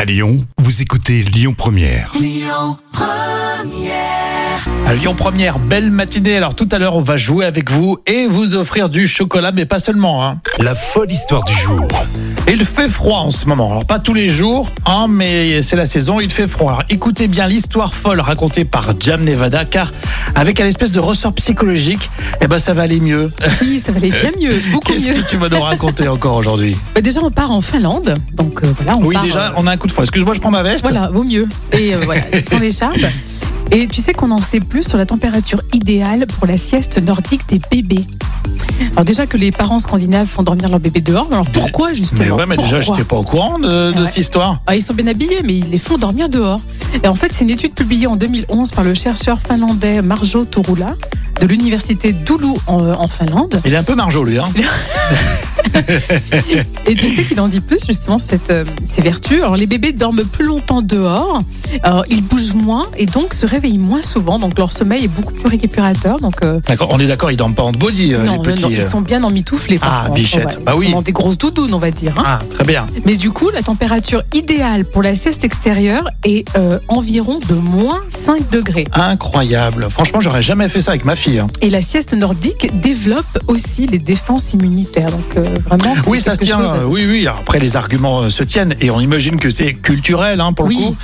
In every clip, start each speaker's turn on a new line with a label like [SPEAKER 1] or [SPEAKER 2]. [SPEAKER 1] À Lyon, vous écoutez Lyon Première.
[SPEAKER 2] À Lyon Première, belle matinée. Alors tout à l'heure, on va jouer avec vous et vous offrir du chocolat, mais pas seulement. Hein.
[SPEAKER 1] La folle histoire du jour.
[SPEAKER 2] Et Il fait froid en ce moment. Alors pas tous les jours, hein, mais c'est la saison, il fait froid. Alors écoutez bien l'histoire folle racontée par Jam Nevada, car avec un espèce de ressort psychologique, eh ben ça va aller mieux.
[SPEAKER 3] Oui, ça valait bien mieux, beaucoup
[SPEAKER 2] Euh, Qu'est-ce
[SPEAKER 3] mieux.
[SPEAKER 2] que tu vas nous raconter encore aujourd'hui
[SPEAKER 3] Bah, déjà, on part en Finlande, donc euh, voilà, on
[SPEAKER 2] Oui,
[SPEAKER 3] part,
[SPEAKER 2] déjà,
[SPEAKER 3] euh,
[SPEAKER 2] on a un coup de froid. Excuse-moi, je prends ma veste.
[SPEAKER 3] voilà, vaut mieux. Et euh, voilà, ton écharpe. Et tu sais qu'on en sait plus sur la température idéale pour la sieste nordique des bébés. Alors déjà que les parents scandinaves font dormir leurs bébés dehors, mais alors pourquoi justement
[SPEAKER 2] Mais ouais, mais déjà,
[SPEAKER 3] Pourquoi
[SPEAKER 2] j'étais pas au courant de, de
[SPEAKER 3] Ouais.
[SPEAKER 2] cette histoire.
[SPEAKER 3] Ah, ils sont bien habillés, mais ils les font dormir dehors. Et en fait, c'est une étude publiée en 2011 par le chercheur finlandais Marjo Torula de l'université d'Oulu en, euh, en Finlande.
[SPEAKER 2] Il est un peu margeau, lui. Hein.
[SPEAKER 3] Et tu sais qu'il en dit plus justement sur cette, euh, ces vertus. Alors les bébés dorment plus longtemps dehors, Alors, ils bougent moins et donc se réveillent moins souvent. Donc leur sommeil est beaucoup plus récupérateur. Donc euh,
[SPEAKER 2] D'accord, on est d'accord, ils dorment pas en body, euh,
[SPEAKER 3] non,
[SPEAKER 2] les
[SPEAKER 3] non,
[SPEAKER 2] petits.
[SPEAKER 3] non, ils
[SPEAKER 2] euh.
[SPEAKER 3] sont bien emmitouflés. Par
[SPEAKER 2] Ah,
[SPEAKER 3] contre.
[SPEAKER 2] bichette.
[SPEAKER 3] ils
[SPEAKER 2] Bah
[SPEAKER 3] sont
[SPEAKER 2] oui.
[SPEAKER 3] dans des grosses doudounes, on va dire. hein.
[SPEAKER 2] Ah, très bien.
[SPEAKER 3] Mais du coup, la température idéale pour la sieste extérieure est euh, environ de moins 5 degrés.
[SPEAKER 2] Incroyable. Franchement, j'aurais jamais fait ça avec ma fille. hein.
[SPEAKER 3] Et la sieste nordique développe aussi les défenses immunitaires. Donc euh, vraiment, c'est
[SPEAKER 2] Oui, ça se
[SPEAKER 3] quelque
[SPEAKER 2] tient.
[SPEAKER 3] chose à-
[SPEAKER 2] euh, Oui, oui. Alors, Après, les arguments euh, se tiennent et on imagine que c'est culturel hein, pour
[SPEAKER 3] Oui.
[SPEAKER 2] le coup.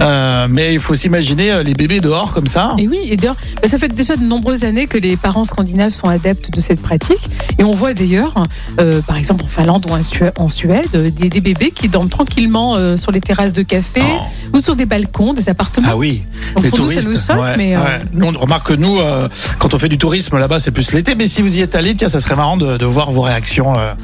[SPEAKER 2] Euh, mais il faut s'imaginer euh, les bébés dehors comme ça.
[SPEAKER 3] Et oui, et d'ailleurs, bah, ça fait déjà de nombreuses années que les parents scandinaves sont adeptes de cette pratique. Et on voit d'ailleurs, euh, par exemple en Finlande ou en Suè- en Suède, euh, des, des bébés qui dorment tranquillement euh, sur les terrasses de café ou sur des balcons, des appartements.
[SPEAKER 2] Oh. Ah oui,
[SPEAKER 3] Donc
[SPEAKER 2] les
[SPEAKER 3] pour nous, ça
[SPEAKER 2] touristes.
[SPEAKER 3] nous choque,
[SPEAKER 2] ouais,
[SPEAKER 3] mais euh,
[SPEAKER 2] ouais. Nous, on remarque que nous, euh, quand on fait du tourisme là-bas, c'est plus l'été. Mais si vous y êtes allé, tiens, ça serait marrant de, de voir vos réactions. euh.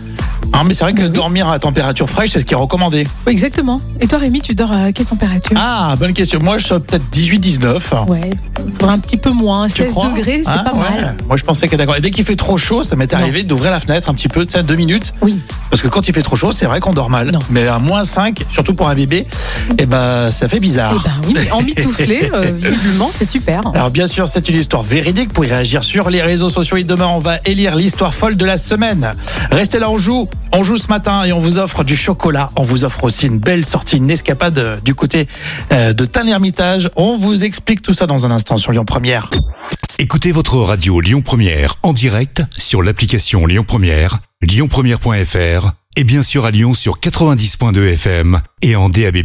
[SPEAKER 2] Hein, mais c'est vrai que
[SPEAKER 3] Oui.
[SPEAKER 2] dormir à température fraîche, c'est ce qui est recommandé.
[SPEAKER 3] oui, exactement. Et toi, Rémi, tu dors à quelle température
[SPEAKER 2] Ah, bonne question. Moi, je suis peut-être 18-19.
[SPEAKER 3] Ouais, pour un petit peu moins,
[SPEAKER 2] Tu
[SPEAKER 3] 16
[SPEAKER 2] crois
[SPEAKER 3] degrés, c'est
[SPEAKER 2] Hein,
[SPEAKER 3] pas
[SPEAKER 2] ouais.
[SPEAKER 3] mal.
[SPEAKER 2] Moi, je pensais que d'accord. Et dès qu'il fait trop chaud, ça m'est arrivé d'ouvrir la fenêtre un petit peu, tu sais, deux minutes.
[SPEAKER 3] Oui. Eh
[SPEAKER 2] Parce que quand il fait trop chaud, c'est vrai qu'on dort mal.
[SPEAKER 3] Non.
[SPEAKER 2] Mais à moins 5, surtout pour un bébé, eh ben, ça fait bizarre.
[SPEAKER 3] Eh ben oui, en mitouflé, euh, visiblement, c'est super.
[SPEAKER 2] Alors bien sûr, c'est une histoire véridique. Vous pouvez réagir sur les réseaux sociaux et demain, on va élire l'histoire folle de la semaine. Restez là, on joue. On joue ce matin et on vous offre du chocolat. On vous offre aussi une belle sortie, une escapade euh, du côté euh, de Tain-l'Hermitage. On vous explique tout ça dans un instant sur Lyon Première.
[SPEAKER 1] Écoutez votre radio Lyon Première en direct sur l'application Lyon Première, lyonpremière.fr et bien sûr à Lyon sur 90.2 FM et en DAB+.